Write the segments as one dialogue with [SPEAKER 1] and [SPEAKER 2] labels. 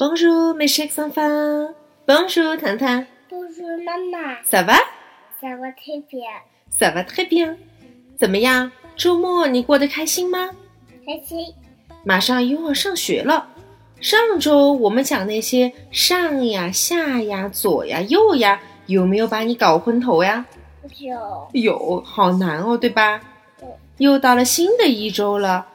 [SPEAKER 1] 会 shake some fun。Bonjour，糖糖
[SPEAKER 2] 不是妈妈，
[SPEAKER 1] ，ça va？
[SPEAKER 2] 在我这边
[SPEAKER 1] Ça va très bien。怎么样？周末你过得开心吗？
[SPEAKER 2] 开心。
[SPEAKER 1] 马上又要上学了。上周我们讲那些上呀、下呀、左呀、右呀，有没有把你搞昏头呀？
[SPEAKER 2] 有
[SPEAKER 1] 有，好难哦，对吧
[SPEAKER 2] 对？
[SPEAKER 1] 又到了新的一周了，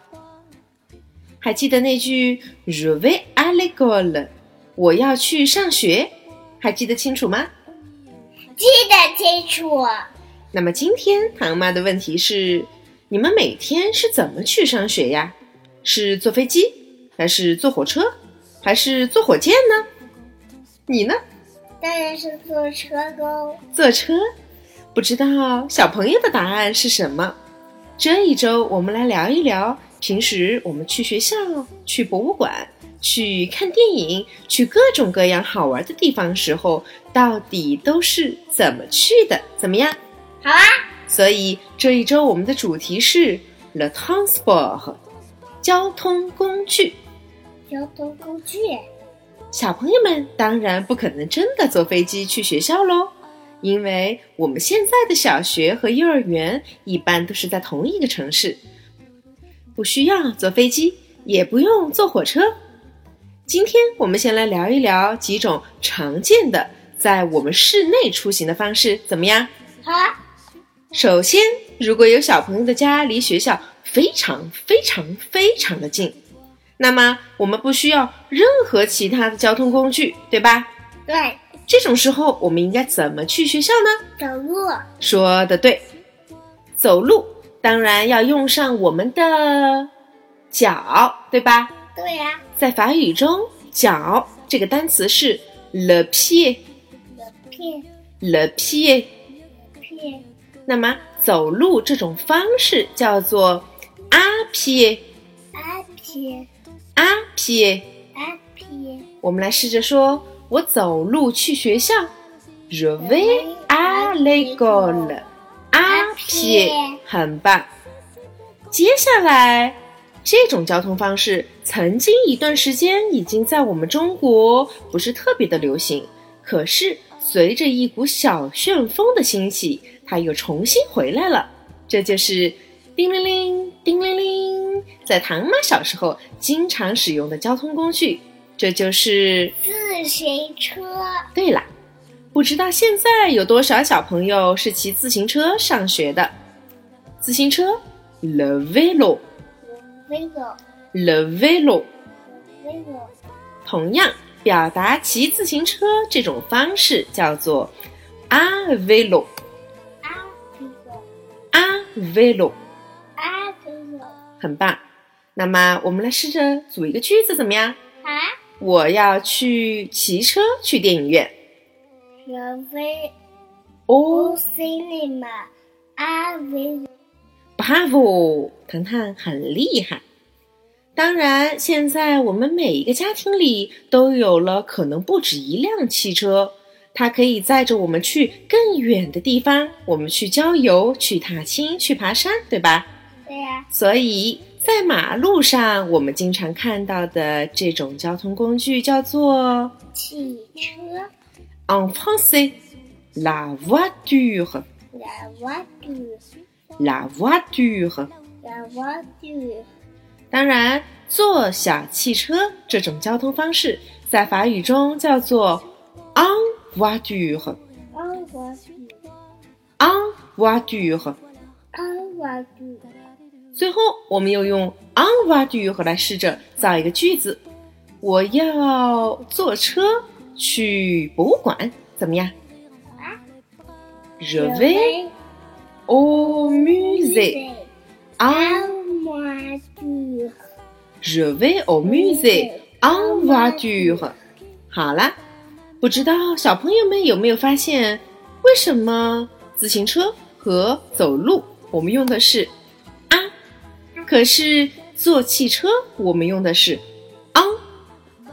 [SPEAKER 1] 还记得那句 “Je vais à l'école”，我要去上学，还记得清楚吗？
[SPEAKER 2] 记得清楚，
[SPEAKER 1] 那么今天唐妈的问题是：你们每天是怎么去上学呀？是坐飞机，还是坐火车，还是坐火箭呢？你呢？
[SPEAKER 2] 当然是坐车喽。
[SPEAKER 1] 坐车？不知道小朋友的答案是什么？这一周我们来聊一聊，平时我们去学校、去博物馆、去看电影、去各种各样好玩的地方时候，到底都是怎么去的？怎么样？
[SPEAKER 2] 好啊，
[SPEAKER 1] 所以这一周我们的主题是 le transport，交通工具。
[SPEAKER 2] 交通工具，
[SPEAKER 1] 小朋友们当然不可能真的坐飞机去学校喽，因为我们现在的小学和幼儿园一般都是在同一个城市，不需要坐飞机，也不用坐火车。今天我们先来聊一聊几种常见的在我们室内出行的方式，怎么样？
[SPEAKER 2] 好啊，
[SPEAKER 1] 首先，如果有小朋友的家离学校非常非常非常的近，那么我们不需要任何其他的交通工具，对吧？
[SPEAKER 2] 对，
[SPEAKER 1] 这种时候，我们应该怎么去学校呢？
[SPEAKER 2] 走路，
[SPEAKER 1] 说的对，走路当然要用上我们的脚，对吧？
[SPEAKER 2] 对呀、
[SPEAKER 1] 在法语中，脚这个单词是 le pied，le
[SPEAKER 2] 有片
[SPEAKER 1] pied。
[SPEAKER 2] 片
[SPEAKER 1] 那么走路这种方式叫做阿撇
[SPEAKER 2] 阿片
[SPEAKER 1] 阿撇。
[SPEAKER 2] 阿片
[SPEAKER 1] 我们来试着说：我走路去学校，je vais à l'école。阿撇，很棒。接下来，这种交通方式曾经一段时间已经在我们中国不是特别的流行，可是随着一股小旋风的兴起，它又重新回来了。这就是叮铃铃，叮铃铃，在唐妈小时候经常使用的交通工具。这就是
[SPEAKER 2] 自行车，
[SPEAKER 1] 对啦，不知道现在有多少小朋友是骑自行车上学的？自行车，le vélo，le
[SPEAKER 2] 那个
[SPEAKER 1] vélo。
[SPEAKER 2] 那个
[SPEAKER 1] 同样，表达骑自行车这种方式叫做 a vélo
[SPEAKER 2] 阿那个
[SPEAKER 1] a vélo，
[SPEAKER 2] 阿那个啊
[SPEAKER 1] 很棒。那么我们来试着组一个句子，怎么样？我要去骑车去电影院。
[SPEAKER 2] ，je vais
[SPEAKER 1] 哦
[SPEAKER 2] au cinéma，阿那个
[SPEAKER 1] Bravo，糖糖很厉害。当然，现在我们每一个家庭里都有了可能不止一辆汽车，它可以载着我们去更远的地方，我们去郊游、去踏青、去爬山，对吧？
[SPEAKER 2] 对呀、
[SPEAKER 1] 所以在马路上，我们经常看到的这种交通工具叫做
[SPEAKER 2] 汽车。
[SPEAKER 1] en français la voiture
[SPEAKER 2] La voiture,
[SPEAKER 1] la voiture。
[SPEAKER 2] la voiture,
[SPEAKER 1] 当然，坐小汽车这种交通方式在法语中叫做 en voiture。
[SPEAKER 2] en voiture,
[SPEAKER 1] en voiture。
[SPEAKER 2] en voiture,
[SPEAKER 1] 最后，我们又用 en voiture 来试着造一个句子：我要坐车去博物馆，怎么样？Je vais au musée. En
[SPEAKER 2] en voiture,
[SPEAKER 1] Je vais au musée en voiture。好啦，不知道小朋友们有没有发现，为什么自行车和走路我们用的是啊，可是坐汽车我们用的是 on。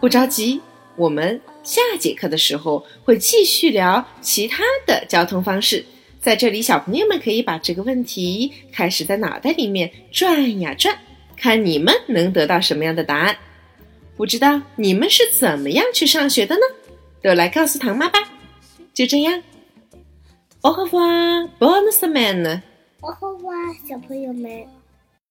[SPEAKER 1] 不着急，我们下节课的时候会继续聊其他的交通方式。在这里，小朋友们可以把这个问题开始在脑袋里面转呀转，看你们能得到什么样的答案。不知道你们是怎么样去上学的呢？都来告诉唐妈吧。就这样，Au revoir, bonne semaine。
[SPEAKER 2] au revoir，小朋友们。